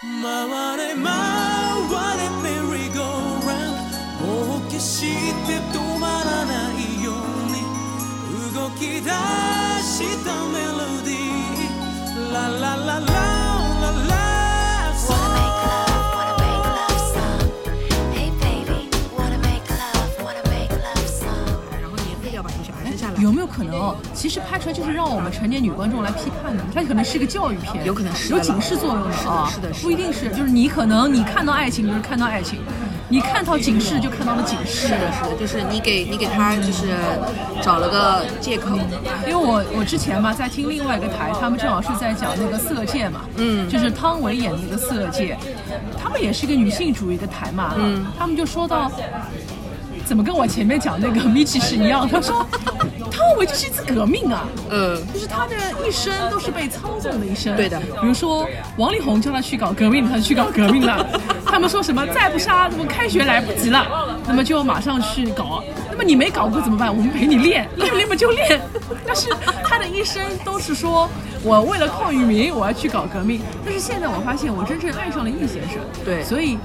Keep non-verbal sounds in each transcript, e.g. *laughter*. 回れ回れメリーゴーランドもう決して止まらないように動き出したメロディーララララララ Wanna make love, wanna make love song. Hey baby, wanna make love, wanna make love song. 然后年费要把这个小孩生下来。有没有可能，其实拍出来就是让我们成年女观众来批判的？它可能是个教育片，有可能是哦有警示作用的啊，是的是的是的不一定是，就是你可能你看到爱情就是看到爱情，你看到警示就看到了警是示，的，是的，就是你给你给他就是找了个借口，因为我我之前嘛在听另外一个台，他们正好是在讲那个《色戒》嘛，嗯，就是汤唯演的那个《色戒》，他们也是一个女性主义的台嘛，嗯，他们就说到，怎么跟我前面讲那个米奇是一样，他说 *laughs* 汤唯就是一次革命啊，呃，就是他的一生都是被操纵的一生。对的比如说王力宏叫他去搞革命，他去搞革命了。 *laughs* 他们说什么再不杀，怎么开学来不及了？那么就马上去搞。那么你没搞过怎么办？我们陪你练，练不练嘛就练。 *laughs* 但是他的一生都是说我为了抗愚民，我要去搞革命。但是现在我发现，我真正爱上了易先生。对所以。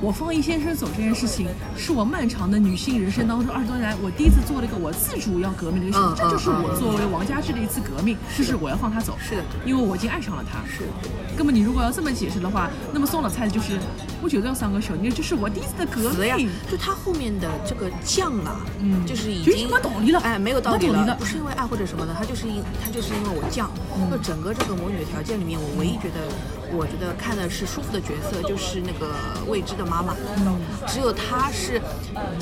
我放易先生走这件事情，是我漫长的女性人生当中二十多年来，我第一次做了一个我自主要革命的一个嗯事情，这就是嗯我嗯作为王家之的一次革命，就是我要放他走，是的因为我已经爱上了他。是，根本你如果要这么解释的话，那么宋老菜就是，我觉得要上个手，你这是我第一次的革死了呀命。！就他后面的这个降了，嗯就是已就是经没道理了哎，没有道理没道了理了，不是因为爱或者什么的，他就是因他就是因为我降。嗯那、整个这个魔女的条件里面，我唯一觉得。我觉得看的是舒服的角色，就是那个未知的妈妈。嗯，只有她是，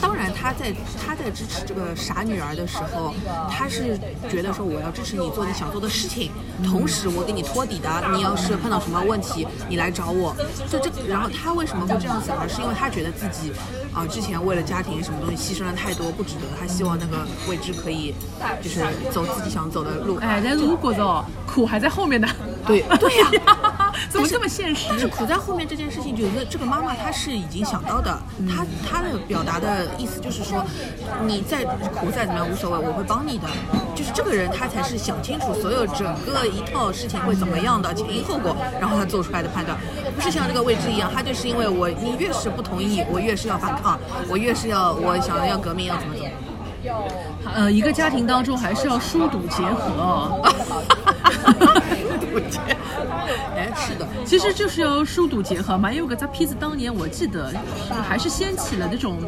当然她在她在支持这个傻女儿的时候，她是觉得说我要支持你做你想做的事情，同时我给你托底的，你要是碰到什么问题，你来找我。就这，然后她为什么会这样想呢？是因为她觉得自己啊、之前为了家庭什么东西牺牲了太多，不值得。她希望那个未知可以就是走自己想走的路。哎，但是我觉着苦还在后面呢。对对呀、 *laughs* 怎么这么现实？但是苦在后面这件事情，就是这个妈妈她是已经想到的，她她的表达的意思就是说，你再苦再怎么样无所谓，我会帮你的。就是这个人他才是想清楚所有整个一套事情会怎么样的前因后果，然后他做出来的判断，不是像这个未知一样，他就是因为我你越是不同意，我越是要反抗，我越是要我想要革命要怎么怎么。 *laughs* 呃，一个家庭当中还是要疏堵结合哦。 *laughs* 哎，是的，其实就是要疏堵结合嘛，因为搿只片子当年我记得还是掀起了那种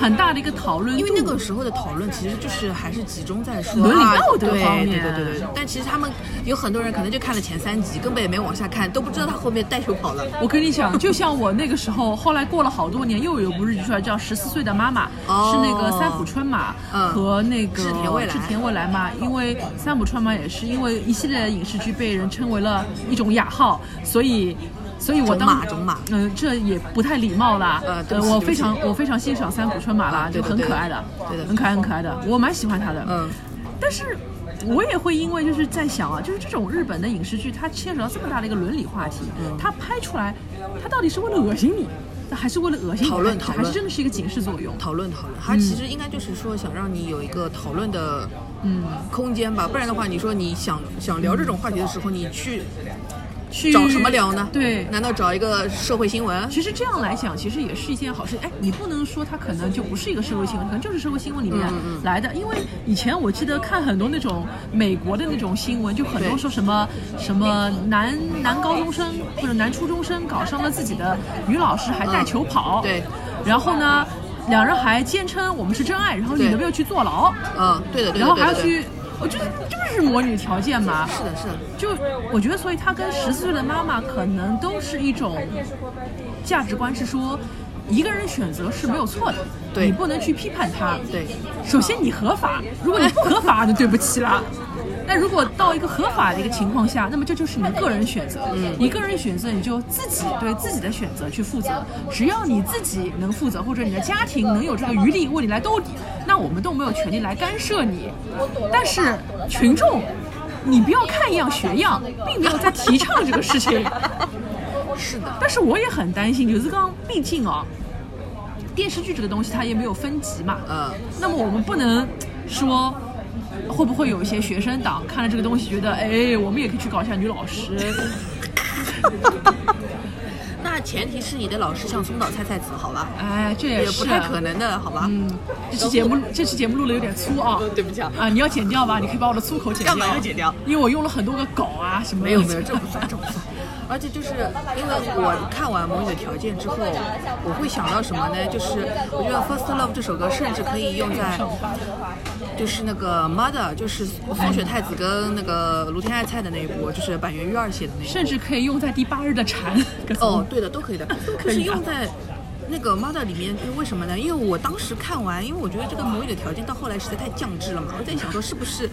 很大的一个讨论度，因为那个时候的讨论其实就是还是集中在说伦理啊道德对方面对对对对。但其实他们有很多人可能就看了前三集，根本也没往下看，都不知道他后面带球跑了。我跟你讲，就像我那个时候，后来过了好多年，又有一部日剧出来，叫《十四岁的妈妈》，哦是那个三浦春马、嗯和那个织田未来织田未来嘛。因为三浦春马也是因为一系列的影视剧被人称为了一种雅号，所以。所以我当种马种马嗯、这也不太礼貌啦。呃对不起对我不非起常我非常欣赏三浦春马啦，对的就很对可的爱的，对的很可爱很可爱的，我蛮喜欢他的。嗯，但是我也会因为就是在想啊，就是这种日本的影视剧，它牵扯到这么大的一个伦理话题，嗯它拍出来，它到底是为了恶心你，还是为了恶心你讨论还是讨还论是真的是一个警示作用？讨论讨论，他其嗯实应该就是说想让你有一个讨论的嗯空间吧，不然的话，你说你想想聊这种话题的时候，你去去找什么聊呢？对。难道找一个社会新闻？其实这样来讲，其实也是一件好事。哎，你不能说它可能就不是一个社会新闻，可能就是社会新闻里嗯面来的。因为以前我记得看很多那种美国的那种新闻，就很多对说什么嗯什么男男高中生或者男初中生搞伤了自己的女老师，还带球跑。对。然后呢，两人还坚称我们是真爱，然后对女的不要去坐牢，嗯，对的对的对的。然后还要对的去，我觉得就是魔女条件嘛。是的，是的，就我觉得，所以他跟十四岁的妈妈可能都是一种价值观，是说一个人选择是没有错的，对你不能去批判他。对，首先你合法，如果你不合法，那对不起啦。那如果到一个合法的一个情况下，那么这就是你的个人选择。嗯你个人选择，你就自己对自己的选择去负责。只要你自己能负责，或者你的家庭能有这个余力为你来兜底，那我们都没有权利来干涉你。但是群众，你不要看样学样，并没有在提倡这个事情。是的，但是我也很担心，就是讲，毕竟哦，电视剧这个东西它也没有分级嘛，嗯，那么我们不能说。会不会有一些学生党看了这个东西，觉得哎，我们也可以去搞一下女老师，那前提是你的老师像松岛菜菜子，好吧？哎，这也也是不太 *laughs* 可。能的，好吧？嗯，这期节目录这期节目录的有点粗啊，对不起啊啊，你要剪掉吧，你可以把我的粗口剪掉，干嘛要剪掉？因为我用了很多个梗啊什么的。没有没有，这不算，这不算。而且就是因为我看完《魔女的条件》之后，我会想到什么呢？就是我觉得《First Love》这首歌甚至可以用在，就是那个 Mother，就是松雪太子跟那个卢天爱菜的那一部，就是板垣育二写的那一部。 *laughs* 甚至可以用在第八日的蝉。哦，，对的，都 *laughs* 可以的，就嗯以是啊用在那个 Mother 里面，就为什么呢？因为我当时看完，因为我觉得这个母语的条件到后来实在太降智了嘛，我在想说是不是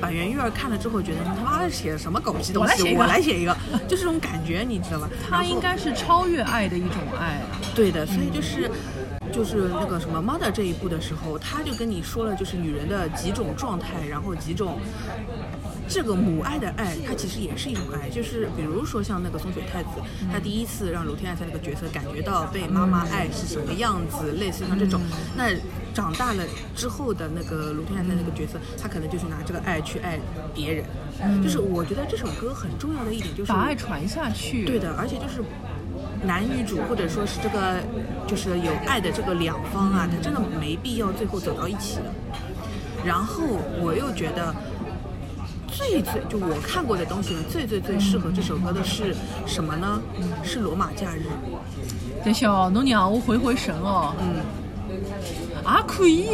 板垣育儿看了之后觉得你他妈的写的什么狗屁东我来写西，一个我来写一个，就这种感觉，你 *laughs* 知道吧？它应该是超越爱的一种爱了。对的，所以就是。就是那个什么 mother 这一部的时候，他就跟你说了，就是女人的几种状态，然后几种这个母爱的爱，它其实也是一种爱，就是比如说像那个松雪太子，他第一次让卢天爱菜那个角色感觉到被妈妈爱是什么样子，类似像这种。嗯那长大了之后的那个卢天爱菜那个角色，他可能就是拿这个爱去爱别人。就是我觉得这首歌很重要的一点就是嗯把爱传下去。对的，而且就是男女主或者说是这个就是有爱的这个两方啊，他真的没必要最后走到一起的。然后我又觉得。最最就我看过的东西，最最最适合这首歌的是什么呢？是《罗马假日》。等一下哦，侬让我回回神哦。嗯，啊，可以。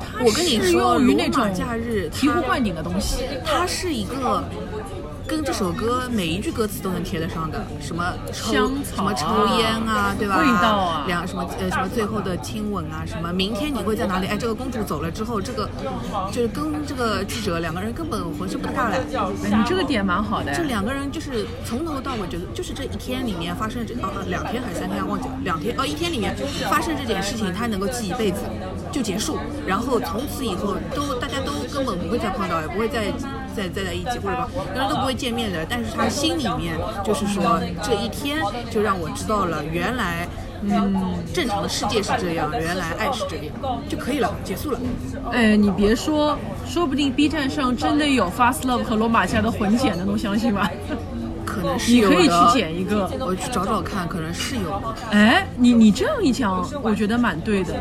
它我跟你适说用于那罗马种假日醍它醐灌顶的东西。它是一个跟这首歌每一句歌词都能贴得上的，什么抽香什草么啊抽烟啊，对吧？味道啊两什么呃什么最后的亲吻啊，什么明天你会在哪里？哎，这个公主走了之后，这个就是跟这个记者两个人根本浑身不搭嘎的。哎你这个点蛮好的。这两个人就是从头到尾，觉得就是这一天里面发生这哦、啊、两天还是三天忘记了，两天哦一天里面发生这件事情，他能够记一辈子就结束，然后从此以后都大家都根本不会再碰到，也不会再再再在一起，或者说大家都不会见面的。但是他心里面就是说这一天就让我知道了，原来。嗯，正常的世界是这样，原来爱是这样就可以了，结束了。哎，你别说，说不定 B 站上真的有 Fast Love 和罗马假的混剪的，侬相信吗？可能是你有可的，以去剪一个。我去找找看，可能是有的。 *laughs* 哎，你你这样一讲，我觉得蛮对的。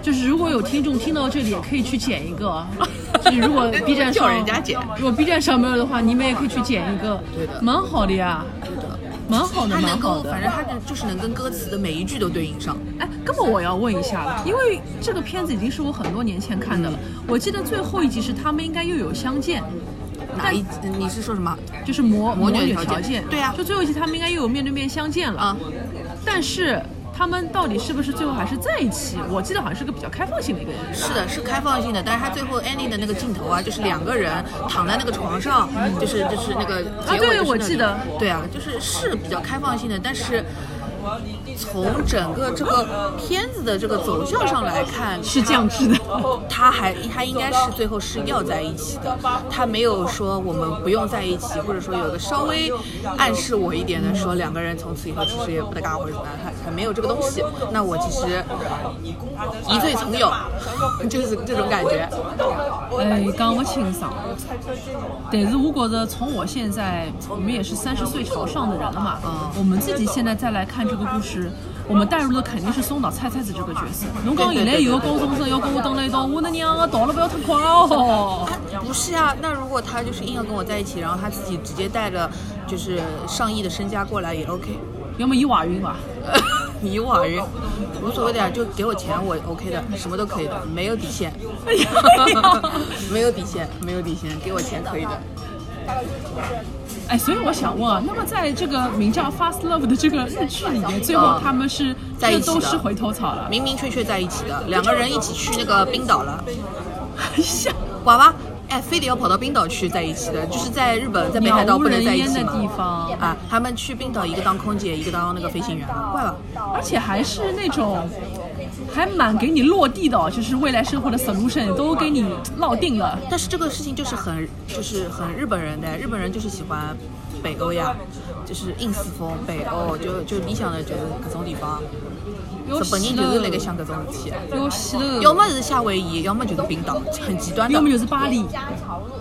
就是如果有听众听到这里，也可以去剪一 *laughs* 个啊。就是如果 B 站叫上人家剪如果 B 站上没有的话，你们也可以去剪一个，对的蛮好的呀，蛮好的，它蛮能好够，的。反正它的就是能跟歌词的每一句都对应上。哎，根本我要问一下了，因为这个片子已经是我很多年前看的了。我记得最后一集是他们应该又有相见，哪一？你是说什么？就是魔魔魔女女条件条件，对啊就最后一集他们应该又有面对面相见了啊。但是他们到底是不是最后还是在一起？我记得好像是个比较开放性的一个人。是的，是开放性的，但是它最后 ending 的那个镜头啊，就是两个人躺在那个床上，就是就是那个结尾、啊对我记得。对啊，就是是比较开放性的，但是。从整个这个片子的这个走向上来看，是降智的，他还他应该是最后是要在一起的，他没有说我们不用在一起，或者说有个稍微暗示我一点的说两个人从此以后其实也不搭嘎或者怎么样，他他没有这个东西。那我其实疑罪从有，就是这种感觉。哎，讲不清爽。但是我觉着从我现在，我们也是三十岁朝上的人了嘛，嗯我们自己现在再来看这个故事，我们带入的肯定是松岛菜菜子这个角色。侬讲现在有个高中生要跟我蹲了一道，我的娘啊，倒了不要太快 *laughs* 哦！ *laughs* 不是啊，那如果他就是硬要跟我在一起，然后他自己直接带着就是上亿的身家过来也 OK。要么伊怀孕吧， *laughs* 你我人无所谓的呀，就给我钱，我 OK 的，什么都可以的，没有底线， *laughs* 没有底线，没有底线，给我钱可以的。哎，所以我想问啊，那么在这个名叫《Fast Love》的这个日剧里面，最后他们是啊在一这起的都是回头草了，明明确确在一起的，两个人一起去那个冰岛了，哎 *laughs* 呀，娃娃，哎，非得要跑到冰岛去在一起的，就是在日本，在北海道渺无不能人在一烟起的嘛地方。啊，他们去冰岛，一个当空姐，一个当那个飞行员，怪吧？而且还是那种还蛮给你落地的哦，就是未来生活的 solution 都给你落定了。但是这个事情就是很就是很日本人的，日本人就是喜欢北欧呀，就是 ins 风北欧，就就理想的就是各种地方。有日本人就是那个想搿种事体，有戏要了，么是夏威夷，要么就是冰岛，很极端的要。么就是巴黎。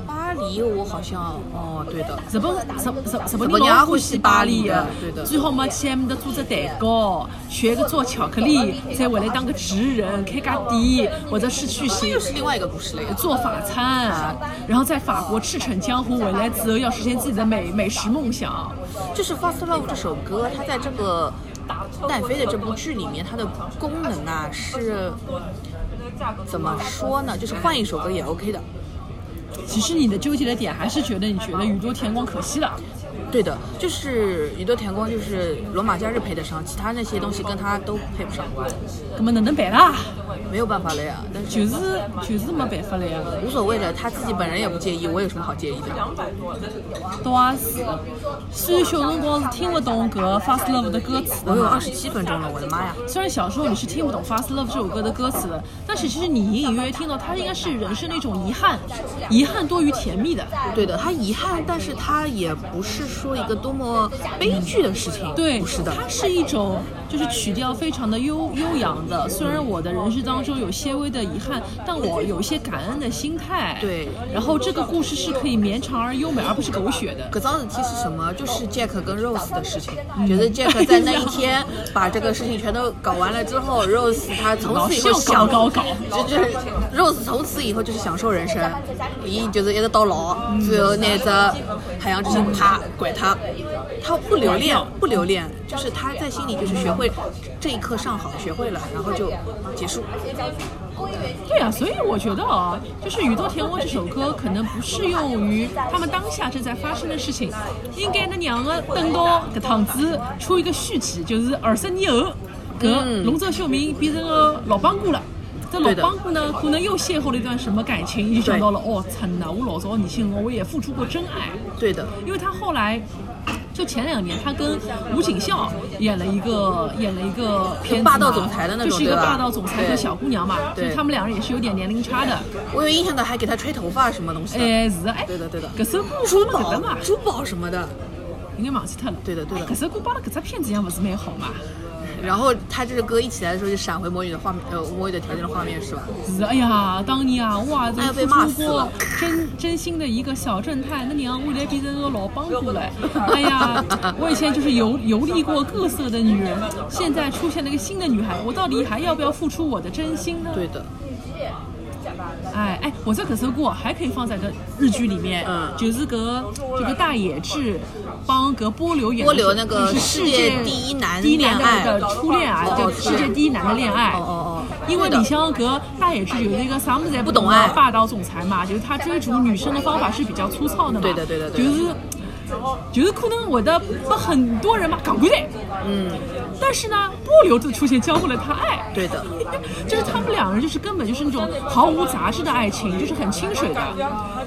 巴黎里我好像哦，对的，日本日日日日本本人人也老欢欢喜喜啊巴巴黎黎的的对的，最好嘛去埃面搭做只蛋糕，学个做巧克力，再回来当个职人，开家店，或者是去这寻又是另外一个故事了呀。做法餐，啊然后在法国驰骋江湖，回来之后要实现自己的美美食梦想。就是《Fast Love》这首歌，它在这个戴飞的这部剧里面，它的功能啊是怎么说呢？就是换一首歌也 OK 的。其实你的纠结的点还是觉得你觉得宇多田光可惜了，对的，就是宇多田光，就是罗马假日配得上，其他那些东西跟他都配不上，那么哪能办啦？没有办法了呀。但是就是就是没办法了呀。无所谓的，他自己本人也不介意，我有什么好介意的？倒也啊是，虽然小辰光是听不懂搿《Fast Love》的歌词我的有二嘛，十七分钟了，我的妈呀！虽然小时候你是听不懂《Fast Love》这首歌的歌词的，但是其实你隐隐约约听到它应该是人生的一种遗憾，遗憾多于甜蜜的。对的，他遗憾，但是他也不是说一个多么悲剧的事情，对，不是的。它是一种就是曲调非常的悠悠扬的。虽然我的人生当中有些微的遗憾，但我有一些感恩的心态。对然后这个故事是可以绵长而优美，而不是狗血的。搿桩事体是什么？就是 Jack 跟 Rose 的事情，嗯就是 Jack 在那一天把这个事情全都搞完了之 *laughs* 后，Rose 她从老此以是要后搞享搞搞，就就是 Rose 从此以后就是享受人生，伊就是一直到嗯老，最后那只海洋之心啪拐他，他不留哎恋，不留恋，就是他在心里就是学会这一刻上好，学会了，然后就结束。对啊，所以我觉得啊，就是《宇多田光》这首歌可能不适用于他们当下正在发生的事情，应该那两个等到搿趟子出一个续集，就是二十年后，搿龙泽秀明变成个老帮哥了。这嗯老对的帮哥呢，可能又邂逅了一段什么感情，就想到了哦，惨呐！我老早年轻的时候我也付出过真爱，对的，因为他后来。就前两年，他跟吴谨孝演了一个演了一个片子嘛霸道总裁的那种就是一个对吧霸道总裁和对小姑娘嘛，对所以他们两人也是有点年龄差的。我有印象的还给他吹头发什么东西的，哎，是的，哎，对的对的搿首歌珠帮了宝搿搭嘛，珠宝什么的。应该忘记脱了。对的对的哎搿首歌帮了搿只片子一样，勿是蛮好嘛？然后他这个歌一起来的时候，就闪回魔女的画面，呃，魔女的条件的画面是吧？是的，哎呀，当年啊，哇，这哎呀被付骂出死过了真真心的一个小正太，那啊娘未来变成个老帮 *laughs* 主了。哎呀，我以前就是游游历过各色的女人，现在出现了一个新的女孩，我到底还要不要付出我的真心呢？对的，哎哎，我这可搜过，还可以放在个日剧里面，嗯就是个这个大野智帮个波流演的波流那个就是世世界界第一男第一男恋爱的的初恋啊，哦就初世恋界第一男的恋爱。哦哦哦因为对的你像个大野智有那个啥么子也不懂嘛爱霸道总裁嘛，就是他追逐女生的方法是比较粗糙的嘛，对的对的对的就是就是可能我的被很多人嘛搞过的，嗯，但是呢，波流的出现教会了他爱，对的， *laughs* 就是他们两人就是根本就是那种毫无杂质的爱情，就是很清水的，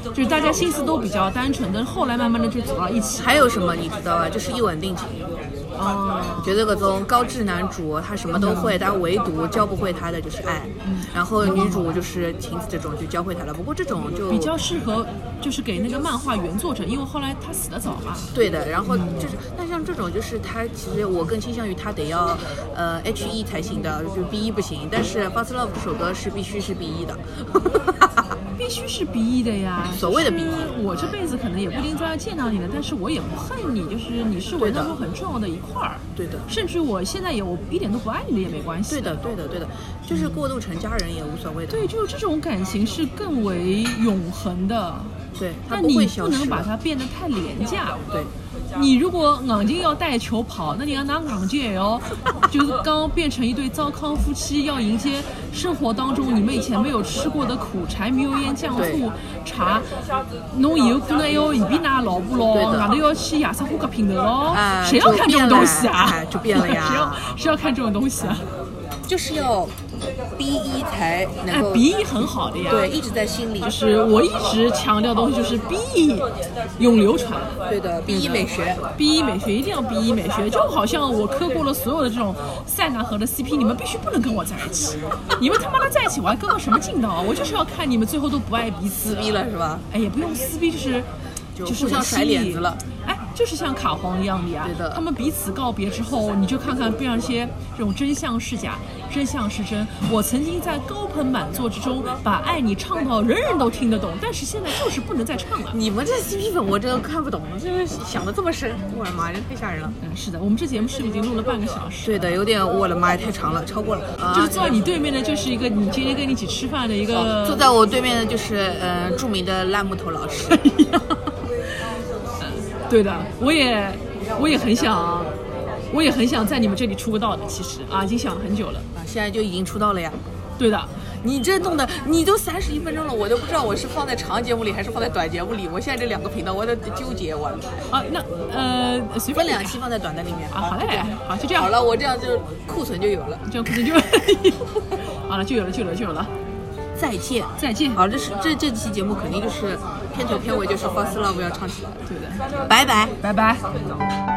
就是大家心思都比较单纯，但是后来慢慢的就走到一起。还有什么你知道吧？啊就是一吻定情。哦，觉得各种高质男主啊他什么都会，但唯独教不会他的就是爱。然后女主就是晴子这种就教会他了，不过这种就比较适合，就是给那个漫画原作者，因为后来他死的早嘛。对的。然后就是，但像这种就是他其实我更倾向于他得要呃 H E 才行的，就 B E 不行。但是《Fast Love》这首歌是必须是 B E 的。必须是 B E 的呀，所谓的 BE 就是我这辈子可能也不一定再见到你了，但是我也不恨你，就是你是我对的当中很重要的一块儿。对的甚至我现在也我一点都不爱你了也没关系。对的，对的，对的，就是过渡成家人也无所谓的。对，就是这种感情是更为永恒的，对，他但不你会不消失的。能把它变得太廉价。对，你如果硬劲要带球跑，那你要拿硬劲也要， *laughs* 就是刚变成一对糟糠夫妻，要迎接生活当中你们以前没有吃过的苦，柴米油盐酱醋茶，侬以后可能还要随便拿老婆对咯，的外头要去夜生活隔品头咯哎，谁要看这种东西啊？就变了呀 *laughs* 谁要谁要看这种东西啊？就是要 B 一才能哎够、 ，B 很好的呀。对，一直在心里，就是我一直强调的东西就是 B E 永流传对的 B 一美学。 ，B E 美学一定要 B E 美学，就好像我磕过了所有的这种塞纳河的 C P，你们必须不能跟我在一起， *laughs* 你们他妈的在一起我还跟个什么劲道啊？我就是要看你们最后都不爱彼此撕逼了是吧？哎，也不用撕逼，就是就是互相我甩心里脸子了。哎，就是像卡皇一样的呀。对的他们彼此告别之后，你就看看变相一些这种真相是假，真相是真。我曾经在高朋满座之中把《爱你》唱到人人都听得懂，但是现在就是不能再唱了。你们这 CP 粉我真的看不懂，这个想的这么深，我的妈，这太吓人了。嗯，是的，我们这节目是不是已经录了半个小时？对的，有点我的妈呀，太长了，超过了。啊就是坐在你对面的，就是一个你今天跟你一起吃饭的一个哦坐在我对面的就是呃著名的烂木头老 *laughs* 师。对的，我也我也很想，我也很想在你们这里出个道的。其实啊，已经想了很久了。啊现在就已经出道了呀。对的，你这弄的，你都三十一分钟了，我都不知道我是放在长节目里还是放在短节目里。我现在这两个频道，我在纠结，我啊，那呃，随分便你两吧期放在短的里面。啊，好嘞，好就这样，好了，我这样就库存就有了。这样可能就 *laughs* 好了，就有了，就有了，就有了，再见。再见。好，这是这这期节目肯定就是片头片尾就是 First Love 要唱起来了，对的，拜拜。拜拜。拜拜。